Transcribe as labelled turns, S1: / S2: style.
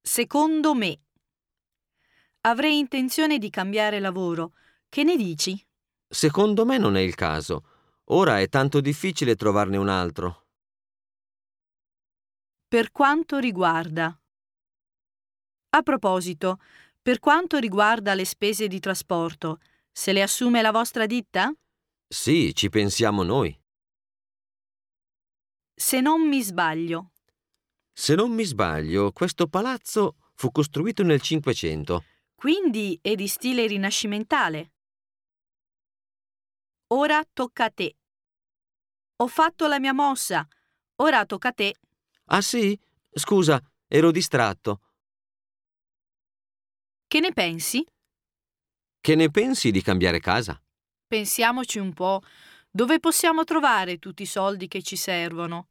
S1: Secondo me. Avrei intenzione di cambiare lavoro. Che ne dici?
S2: Secondo me non è il caso. Ora è tanto difficile trovarne un altro.
S1: Per quanto riguarda. A proposito, per quanto riguarda le spese di trasporto, se le assume la vostra ditta?
S2: Sì, ci pensiamo noi.
S1: Se non mi sbaglio.
S2: Se non mi sbaglio, questo palazzo fu costruito nel Cinquecento.
S1: Quindi è di stile rinascimentale. Ora tocca a te. Ho fatto la mia mossa. Ora tocca a te.
S2: Ah sì? Scusa, ero distratto.
S1: Che ne pensi?
S2: Che ne pensi di cambiare casa?
S1: Pensiamoci un po'. Dove possiamo trovare tutti i soldi che ci servono?